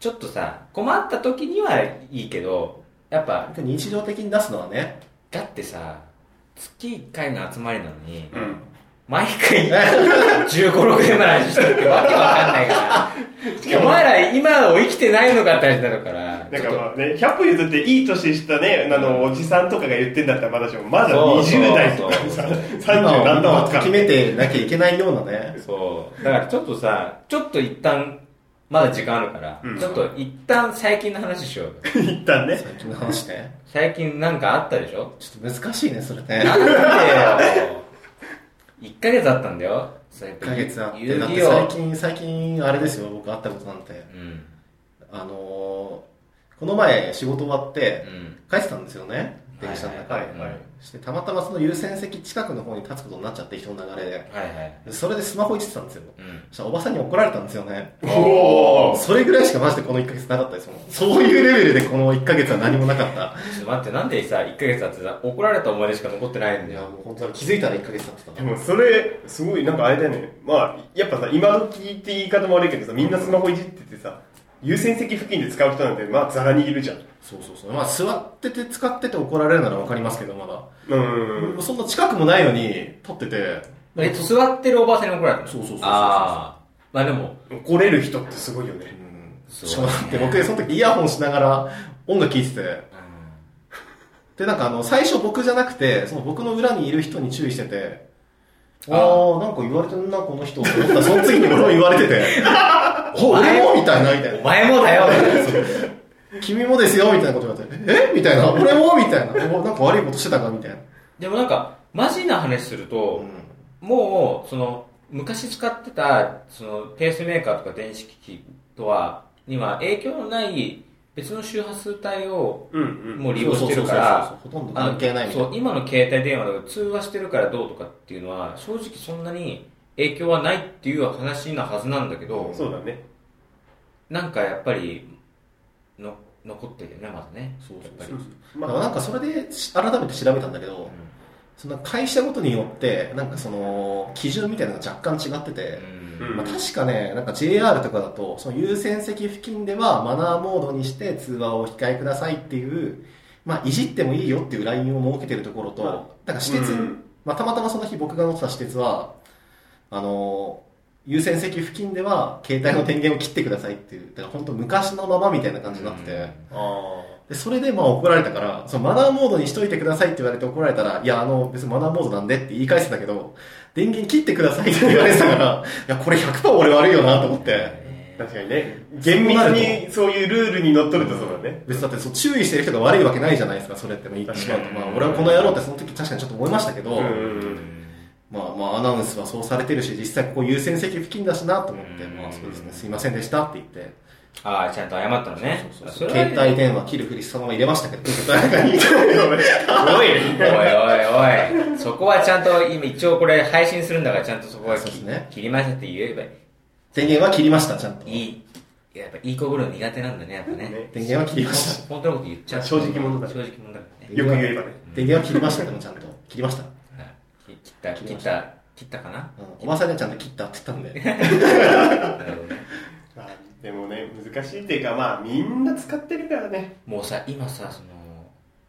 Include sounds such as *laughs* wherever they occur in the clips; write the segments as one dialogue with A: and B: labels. A: ちょっとさ、困った時にはいいけど、やっぱ、
B: 日常的に出すのは
C: *laughs*
B: ね。
A: だってさ、月1回の集まりなのに、
B: うん。
A: 毎回、15、6年の話してるってわけわかんない
B: *laughs*
A: から、お前ら今を生きてないのかって話になるから、
C: だ
A: ち
C: か
A: ょっ
C: ら
A: と、
C: まあね、100歩譲っていい年したね、あの、おじさんとかが言ってんだったらまだしも、まだ20代とか
A: そう
C: さ、
A: そう
C: 30何と
B: 今
C: か
B: を
C: と
B: と
C: か
B: き。めてなきゃいけないようなね。
A: そう。だからちょっとさ、ちょっと一旦、まだ時間あるから、
C: うん
A: ちょっと一旦最近の話しようよ。
B: *laughs*
C: 一旦ね。
B: 最近の話ね。
A: 最近なんかあったでしょ
B: ちょっと難しいね、それね。
A: なんでよ。1ヶ月あったんだよ。1
B: 1ヶ月あって、
A: 遊
B: だって
A: 戯
B: 最
A: 王。
B: 近、最近、あれですよ、僕会ったことなんて。
A: うん。
B: あのー、この前仕事終わっ
A: う
B: て、
A: ん。
B: 帰ってたんですよね、電車の中。
C: はい
A: うん
C: はい。
B: して、たまたまその優先席近くの方に立つことになっちゃって、人の流れで。
A: はいはい。
B: でそれでスマホいじってたんですよ。
A: うん。
B: そしたらおばさんに怒られたんですよね。
C: おー
B: それぐらいしかマジでこの1ヶ月なかったですもん。そういうレベルでこの1ヶ月は何もなかった。
A: ちょっと待って、なんでさ、1ヶ月経ってさ、怒られた思い出しか残ってないん
B: い
A: だ
B: や、
A: よ。
B: もう本当に気づいたら1ヶ月経ってたな
C: でもそれ、すごい、なんかあれだよね。まあ、やっぱさ、今時って言い方も悪いけどさ、みんなスマホいじっててさ、優先席付近で使う人なんて、まあ、ざらにいるじゃん。
B: そうそうそう。まあ、座ってて使ってて怒られるならわかりますけど、まだ。
C: うん。
B: そんな近くもないのに、立ってて、
A: え、座ってるおばさんに怒られたの
B: そうそうそうそう
A: ああ。まあでも、
C: 怒れる人ってすごいよね。
A: そう
B: ちょっと待って、僕、その時イヤホンしながら音楽聴いてて、で、なんかあの、最初僕じゃなくて、その僕の裏にいる人に注意してて、あー、なんか言われてんな、この人。って思ったらその次に俺も言われてて、お、俺もみたいな、みたい
A: お
B: な。
A: 前もだよ *laughs*
B: 君もですよ、みたいなこと言われて、えみたいな、俺もみたいな。おなんか悪いことしてたかみたいな。
A: でもなんか、マジな話する
B: う
A: と、
B: ん
A: もう、その、昔使ってた、その、ペースメーカーとか電子機器とは、には影響のない別の周波数帯を
C: うんうん。
A: もう利用してるから、
B: そうそうそうそうほとんど
A: あの
B: 関係ないみたい
A: そ
B: な
A: う、。今の携帯電話とか通話してるからどうとかっていうのは、正直そんなに影響はないっていう話なはずなんだけど、
C: そうだね。
A: なんかやっぱり、の、残ってるよね、まだね。
B: そうそうそ
A: や
B: う
A: っぱり
B: ま
C: ま
B: あ、
C: あ、
B: なんかそれでし改めて調べたんだけど、その会社ごとによってなんかその基準みたいなのが若干違ってて、
A: うん
C: うん
B: まあ、確かねなんか JR とかだとその優先席付近ではマナーモードにして通話をお控えくださいっていう、まあ、いじってもいいよっていうラインを設けてるところと、
C: まあ
B: なんか私鉄、
C: うん
B: まあ、たまたまその日僕が乗ってた私鉄はあの優先席付近では携帯の電源を切ってくださいっていうだから本当昔のままみたいな感じになって
A: う
B: て。
A: ん
C: あ
B: で、それでまあ怒られたから、そのマナーモードにしといてくださいって言われて怒られたら、いや、あの、別にマナーモードなんでって言い返してたけど、電源切ってくださいって言われてたから、
C: *laughs*
B: いや、これ100%俺悪いよなと思って。
C: あ。確かにね。厳密にそういうルールにのっとるとそうだね。
B: 別にだってそう注意してる人が悪いわけないじゃないですか、それっても言ってしまうと。
C: 確
B: ま
C: か
B: あ
C: に、
B: 俺はこの野郎ってその時確かにちょっと思いましたけど、
C: うん
B: まあまあ、アナウンスはそうされてるし、実際ここ優先席付近だしなと思って、
A: うん
B: まあそうですね、すいませんでしたって言って、
A: ああ、ちゃんと謝ったのね。
B: そう
A: そ
B: そう
A: れはね
B: 携帯電話切るふりしたまま入れましたけど、誰かに。
C: お
A: お
C: い
A: いおい *laughs* おい、そこはちゃんと、今一応これ配信するんだから、ちゃんとそこは
B: そうです
A: き、
B: ね
A: 切りましたって言えば
B: 電源は切りました、ちゃんと。
A: いい。やっぱいい子頃苦手なんだね、やっぱね。
C: ね
B: 電源は切りました。
A: 本当のこと言っちゃう。
C: 正直者だ
A: 正直者だからね。
C: よく言えばね。
B: 電源は切りましたでもちゃんと切りました、うん、
A: はいき切った、切った、切ったかな
B: おばさんにはちゃんと切ったって言ったんで
A: なるほどね
C: まあ、でもね、難しいっていうか、まあ、みんな使ってるからね。
A: もうさ、今さ、その、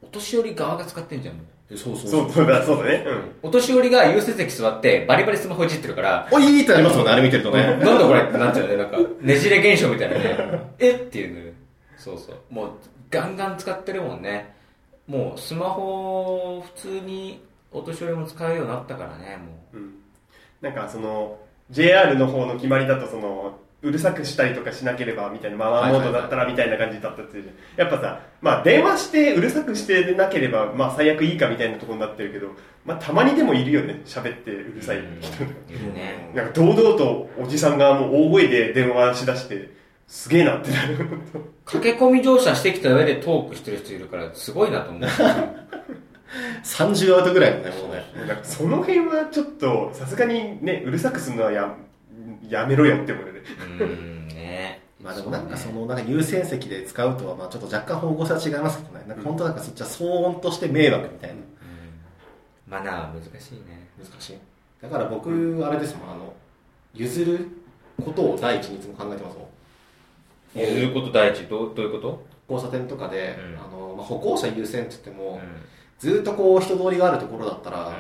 A: お年寄り側が使ってんじゃん。もう
B: そうそう
C: そうそうだ、そうだね。うん。
A: お年寄りが優先席座って、バリバリスマホいじってるから、
B: おいーってなりますもんねあれ見てると
A: なん *laughs*
B: ね
A: だこれってなっちゃうね、なんか、ねじれ現象みたいなね。えっていうね。そうそう。もう、ガンガン使ってるもんね。もう、スマホ、普通に、お年寄りも使うようになったからね、も
C: うんなんかその JR の方の決まりだとそのうるさくしたりとかしなければみたいなマナーモードだったらみたいな感じだったっていうじゃんやっぱさ、まあ、電話してうるさくしてなければ、まあ、最悪いいかみたいなところになってるけど、まあ、たまにでもいるよね喋ってう
A: う。
C: るさい人
A: うんいる
C: *laughs*
A: ね。
C: なんか堂々とおじさんがもう大声で電話しだしてすげえなってなる
A: 駆け込み乗車してきた上でトークしてる人いるから、すごいなと思う。
B: 30アウトぐらいのねもうね
C: なんかその辺はちょっとさすがにねうるさくするのはややめろよって思うよね
A: うん、ね。
B: まあでもなんかそのなんか優先席で使うとはまあちょっと若干方向性は違いますけどねなんか本当なんかそっちは騒音として迷惑みたいな
A: そうね、うんマナーは難しいね。
B: 難しいだから僕あれですもんあの譲ることを第一にいつも考えてますもん
A: 譲ること第一、どうどういうこと、
B: 交差点とかで、
A: うん
B: あのまあ、歩行者優先って言って
A: うん
B: も、ずっとこう人通りがあるところだったら、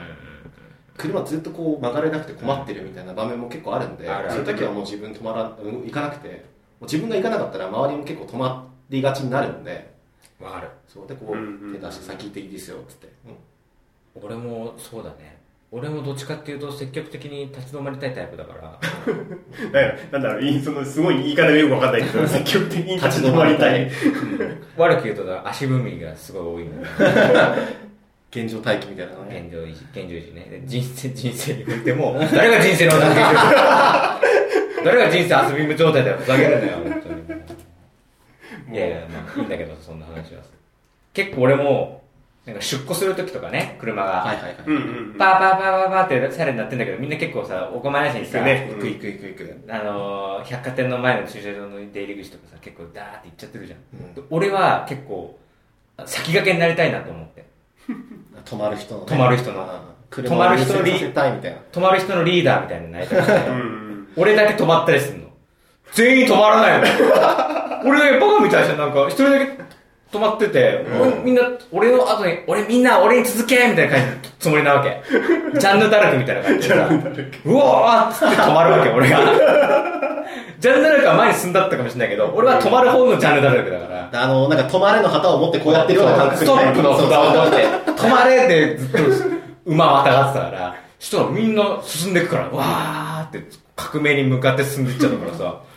B: 車ずっとこう曲がれなくて困ってるみたいな場面も結構あるんで、
A: あるある
B: そういう時はもう自分止まら、うん行かなくて、もう自分が行かなかったら周りも結構止まりがちになるんで、
A: わかる
B: そうでこ
C: うんうんうん
B: う手出して先行っていいですよっつって、
A: 俺もそうだね俺もどっちかっていうと積極的に立ち止まりたいタイプだから
C: だから、なんだろう、いいその、すごい言い方がよくわかんないけど、積極的に立ち止まりたい。
A: 悪く言うとだ足踏みがすごい多いのよ
B: 現状待機みたいなのね。
A: 現状維持現状維持ねで人生 *laughs* 人生に振っても誰が人生の話してくる誰が人生遊び無状態だよふざけるなよ本当にいやいやまあいいんだけどそんな話は結構俺もなんか出庫する時とかね車が、
B: はいはいはい。
C: うんうんうん。
A: パーパーパーパーパーってサレになってんだけどみんな結構さお構いなしにさ、
C: 行くね
B: 行く行く行く行く。
A: あのー百貨店の前の駐車場の出入り口とかさ結構ダーって行っちゃってるじゃん、
B: うん
A: で俺は結構あ先駆けになりたいなと思って
B: 止まる人の、ね。
A: 止まる人の
B: うん
A: 止まる人
B: 車を優
A: に
B: 先させたいみたいな。
A: 止まる人のリーダーみたいになりたくて
C: うんうん。
A: 俺だけ止まったりするの全員止まらないの俺だけバカみたいじゃんなんか一人だけ止まってて、俺みんな俺の後に俺みんな俺に続けみたいな感じつもりなわけジャンヌ・ダルクみたいな感じでさうわーっつって止まるわけ俺がジャンヌ・ダルクは前に進んだったかもしれないけど俺は止まる方のジャンヌ・ダルクだから
B: あの、なんか止まれの旗を持ってこうやってるような感覚
A: スト
B: ね
A: ップの札
B: そう
A: を持って、
B: *laughs*
A: 止まれってずっと馬またがってたから、そしたらみんな進んでいくから、わーって革命に向かって進んでいっちゃったからさ、 *laughs*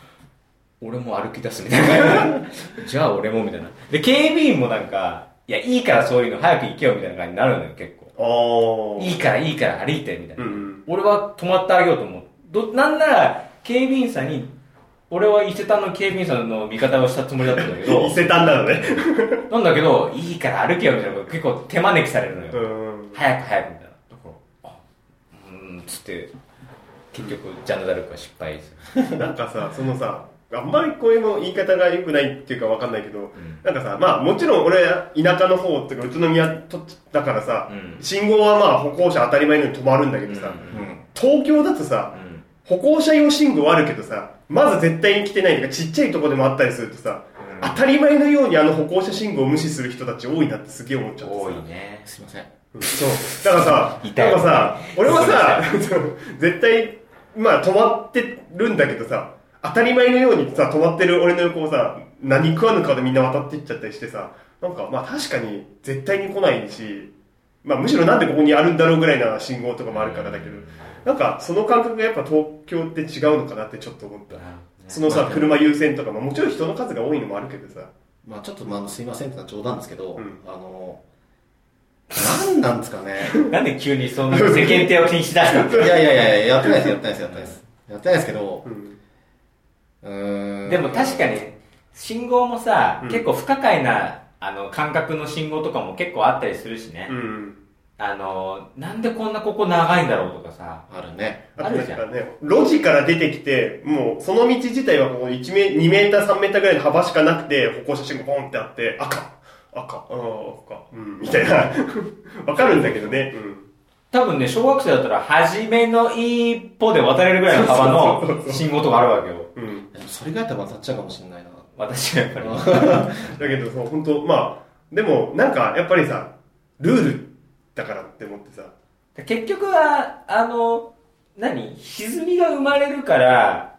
A: 俺も歩き出すみたいな。 *laughs* じゃあ俺もみたいな。で、警備員もなんか、いや、いいからそういうの早く行けよみたいな感じになるのよ、結構。
C: あー。
A: いいからいいから歩いてみたいな。
C: うんうん
A: 俺は止まってあげようと思う。ど、なんなら、警備員さんに、俺は伊勢丹の警備員さんの味方をしたつもりだったんだけ
B: *laughs*
A: ど、
C: 伊勢丹なのね。
A: なんだけど、いいから歩けよみたいなこと結構手招きされるのよ。
C: うん。
A: 早く早くみたいな。だから、あうーん、つって、結局、ジャンヌ・ダルクは失敗する。
C: なんかさ、そのさ、あんまりこういうの言い方が良くないっていうかわかんないけど、
A: ん
C: なんかさ、まあもちろん俺、田舎の方っていうか宇都宮とだからさ、
A: うん
C: 信号はまあ歩行者当たり前のように止まるんだけどさ、
A: うん
C: 東京だとさ、
A: うん
C: 歩行者用信号はあるけどさ、まず絶対に来てないとかちっちゃいとこでもあったりするとさ、当たり前のようにあの歩行者信号を無視する人たち多いなってすげえ思っちゃってさ。
A: 多いね。
B: すいません。
C: うんそう。だからさ、
A: 痛い
C: なんかさ、俺はさ、そう *laughs* 絶対、まあ止まってるんだけどさ、当たり前のようにさ、止まってる俺の横をさ、何食わぬ顔でみんな渡っていっちゃったりしてさ、なんかまあ確かに絶対に来ないし、まあむしろなんでここにあるんだろうぐらいな信号とかもあるからだけど、なんかその感覚がやっぱ東京って違うのかなってちょっと思った。そのさ、車優先とか、まあもちろん人の数が多いのもあるけどさ、
B: まあちょっと、まああの、すいませんってのは冗談ですけど、
C: うん
B: あの、なんなんですかね。
A: なんで急にそんな世間体を気にしだしたの
B: いやいやいやいや、やってないです、やってないです、やってないです。やってないですけど
C: う、
B: *laughs*
C: ん。
B: うーん。
A: でも確かに、信号もさ、
C: うん
A: 結構不可解な、あの、感覚の信号とかも結構あったりするしね。
C: うん。
A: あの、なんでこんなここ長いんだろうとかさ。
B: あるね。
C: あ
A: あ
C: と
A: る
C: なん
A: じゃん
C: かね、路地から出てきて、もうその道自体はこう1メ2メーター、3メーターぐらいの幅しかなくて、歩行者信号ポンってあって、赤、赤、うん、赤、うん、みたいな。 *laughs* わかるんだけどね。
A: 多分ね、小学生だったら、初めの一歩で渡れるぐらいの幅の信号とかあるわけよ。
C: うん。うん。
B: でもそれがやったら渡っちゃうかもしれ
A: *laughs*
B: ないな。
A: 私はやっぱり。
C: だけどそう、本当まあ、でもなんかやっぱりさ、ルールだからって思ってさ、
A: 結局は、あの、何歪みが生まれるから、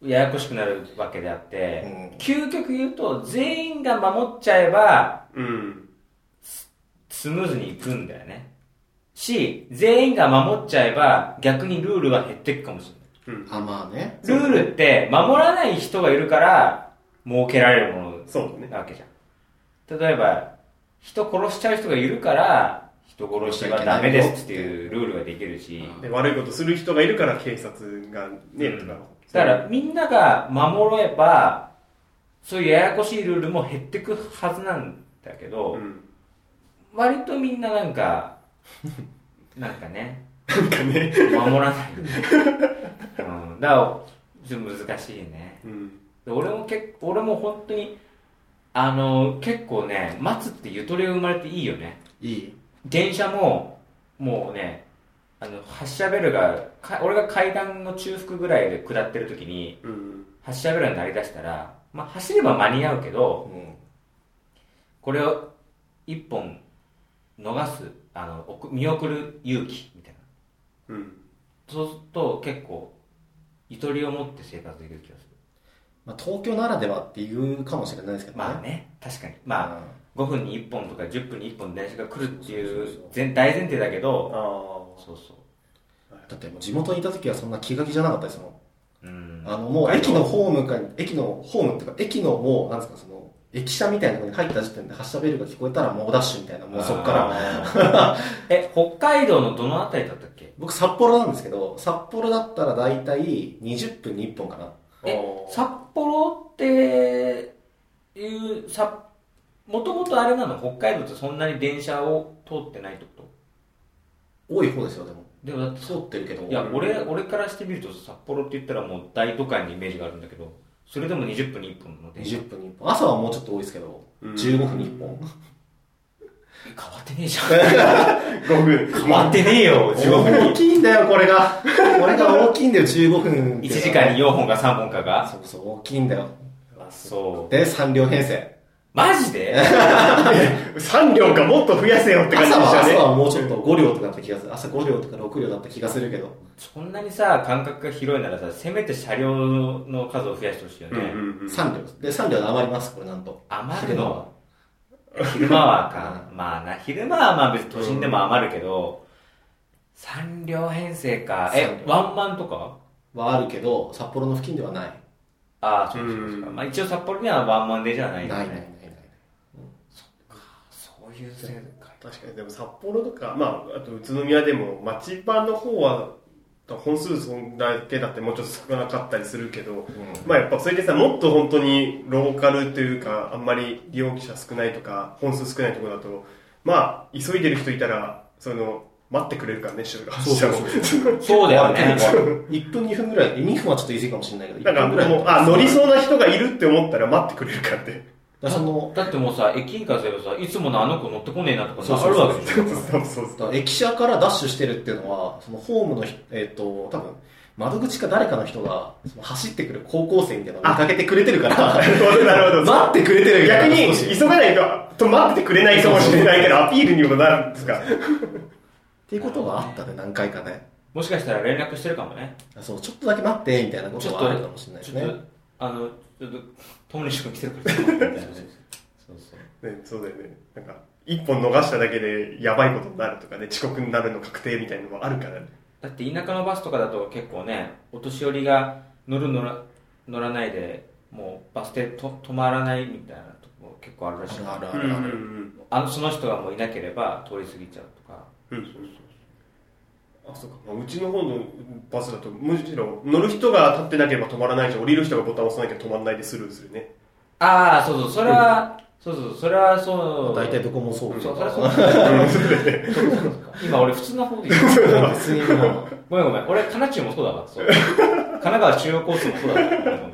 A: ややこしくなるわけであって、
B: うん
A: 究極言うと、全員が守っちゃえば、
C: うん。
A: スムーズにいくんだよね。し、全員が守っちゃえば、逆にルールは減っていくかもしれない。
C: うん。
B: あ、まあね。
A: ルールって、守らない人がいるから、設けられるもの
C: そうだね。
A: なわけじゃん。例えば、人殺しちゃう人がいるから、人殺しはダメですっていうルールができるし、
C: で悪いことする人がいるから警察がね、
A: うん
C: とか。
A: だからみんなが守れば、そういうややこしいルールも減ってくはずなんだけど、
C: うん。
A: 割とみんななん
C: *laughs*
A: か、なんかね、
C: なんかね、
A: 守らな
C: *laughs*
A: い。うん、だから、ちょっと難しいね。
C: うん。
A: で俺も結俺も本当に、あの、結構ね、待つってゆとりが生まれていいよね。
B: いい。
A: 電車ももうねあの発車ベルがか俺が階段の中腹ぐらいで下ってる時に
C: うん。
A: 発車ベルが鳴り出したらまあ、走れば間に合うけど、
B: うん
A: これを一本逃す、あの、おく見送る勇気みたいな。
C: うん。
A: そうすると結構、ゆとりを持って生活できる気がす
B: まあ、東京ならではっていうかもしれないですけ
A: る。
B: どね。
A: まあね、確かに。まあ、
B: うん
A: 5分に1本とか10分に1本電車が来るって
B: そう
A: い
B: そうそうう
A: 前大前提だけ
C: あ
A: ど、
C: あ。
A: そうそ
B: だってもう地元にいた時はそんな気が気じゃなかったですもん。
A: う。うん。
B: あの、もう駅のホームか、駅のホームっていうか、駅のもう、なんですか、その、駅舎みたいなところに入った時点で発車ベルが聞こえたらもうダッシュみたいな、もうそっから。
A: ら。 *laughs* え、北海道のどのあたりだったっけ
B: 僕札幌なんですけど、札幌だったら大体20分に1本かな。
A: え
C: おー
A: 札幌っていうさもともとあれなの北海道ってそんなに電車を通ってないってこと
B: 多い方ですよ、でも。
A: でもだって
B: 通ってるけど。
A: いや俺俺からしてみると札幌って言ったらもう大都会のイメージがあるんだけどそれでも20分に1本の電車
B: 20分に1本。朝はもうちょっと多いですけど、
C: うん
B: 15分に1本。
A: *laughs* 変わってねえじゃ
C: 5分。
A: ん変わってねえよ15分
B: 大きいんだよ、これが。これが大きいんだよ、15分。
A: に1時間に4本か3本かが
B: そうそう、大きいんだよ。
A: あそう
B: で、3両編成。
A: マジで
C: 3両かもっと増やせよって感じ
B: 朝
C: でし
B: は、
C: たね。
B: 朝はもうちょっと5両とかだった気がする。朝5両とか6両だった気がするけど。
A: そんなにさ間隔が広いならさせめて車両の数を増やしてほしいよ
C: うん
A: ね、
C: うんうん。
B: 3両。で、3両で余ります、これなんと。
A: 余るの昼間はか。まあな、昼間はまあ別に都心でも余るけど、三両編成か。え、
B: 三両
A: ワンマンとか
B: はあるけど、札幌の付近ではない。
A: ああ、そうそうそうう。
C: ん
A: まあ一応札幌にはワンマンでじゃないよ
B: ないないない
A: ね。
B: ない。
A: そういう世界。
C: 確かに、でも札幌とか、まあ、あと宇都宮でも、町場の方は、本数そんだけだってもうちょっと少なかったりするけど、まあやっぱそれでさ、もっと本当にローカルというか、あんまり利用者少ないとか、本数少ないところだと、まあ、急いでる人いたら、その、待ってくれるからね、人が。
B: そうそうそう
C: う。
A: *laughs* そうだよ
B: *laughs*
A: ね。
B: 1分2分ぐらい、2分はちょっと言い過ぎかもしれないけど、
C: *laughs* なんか
B: 1分ぐらいだ
C: もう
B: っ、た
C: あ、乗りそうな人がいるって思ったら待ってくれるからって。
B: だからその、
A: だってもうさ、駅員からすればさ、いつものあの子乗ってこねえなとか
B: そう
A: さ、あ
B: そう
A: る
B: そう
A: わけでしょ。
C: そうそう
B: だから駅舎からダッシュしてるっていうのは、そのホームのひ、えっ、と、多分、窓口か誰かの人が、その走ってくる高校生みたいなのを見かけてくれてるから、
C: *laughs* なるほど、なるほど。
B: *laughs* 待ってくれてるみた
C: 逆
B: いな
C: に、
B: 少し
C: 急がないと、と待っててくれないかもしれないけど、アピールにもなるんですか。
B: っていうことはあったね、何回かね。
A: もしかしたら連絡してるかもね。
B: そう、ちょっとだけ待って、みたいなこ
A: ちょ
B: と
A: っ
B: はあるか
A: と
B: もしれない、です
A: ちょっ
B: ね
A: と。、あの、ちょっと、友西君来てるから。そうそう。
C: ね、そうだよね。なんか、一本逃しただけで、やばいことになるとかね、遅刻になるの確定みたいなのもあるからね。
A: だって田舎のバスとかだと結構ねお年寄りが乗る乗ら乗らないでもうバス停と止まらないみたいなとこ結構あるらしい
B: あるあ
C: う
B: る
C: ん
B: ある
C: うんうん
A: あのその人がもういなければ通り過ぎちゃうとか
C: うん。あ、そうか。まあうちの方のバスだと、むしろ、乗る人が立ってなければ止まらないし、降りる人がボタン押さなきゃ止まらないでスルーするね。
A: ああそうそうそれは、そうそうそれはそう
B: 大体どこもそう
A: そうそれ
B: だ
A: は
B: か
A: そう
B: ら
A: そうそうそう今俺普通の方で言う
B: 別にもう *laughs*
A: ごめんごめん俺神奈中もそうだわそう神奈川中央交通もそうだわごめんごめん